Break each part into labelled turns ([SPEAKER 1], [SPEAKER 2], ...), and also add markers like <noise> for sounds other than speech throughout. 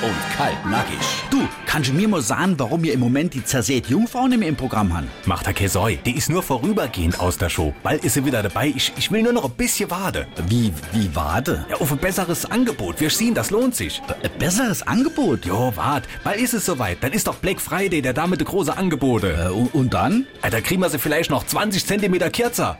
[SPEAKER 1] und Kaltnackig.
[SPEAKER 2] Du, kannst du mir mal sagen, warum wir im Moment die zersäht Jungfrau nicht mehr im Programm haben?
[SPEAKER 3] Macht der Kesoi. Die ist nur vorübergehend aus der Show. Bald ist sie wieder dabei. Ich, ich will nur noch ein bisschen warten.
[SPEAKER 2] Wie, wie warte?
[SPEAKER 3] Ja, auf ein besseres Angebot. Wir sehen, das lohnt sich.
[SPEAKER 2] Ein besseres Angebot?
[SPEAKER 3] Jo, wart. Bald ist es soweit. Dann ist doch Black Friday, der damit große Angebote.
[SPEAKER 2] Äh, und, und dann?
[SPEAKER 3] Äh, da kriegen wir sie vielleicht noch 20 Zentimeter kürzer.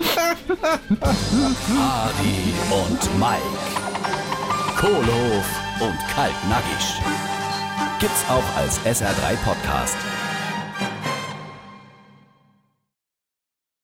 [SPEAKER 1] <laughs> Hardy und Mike, Kohlof und Kaltnackig. Gibt's auch als SR3 Podcast.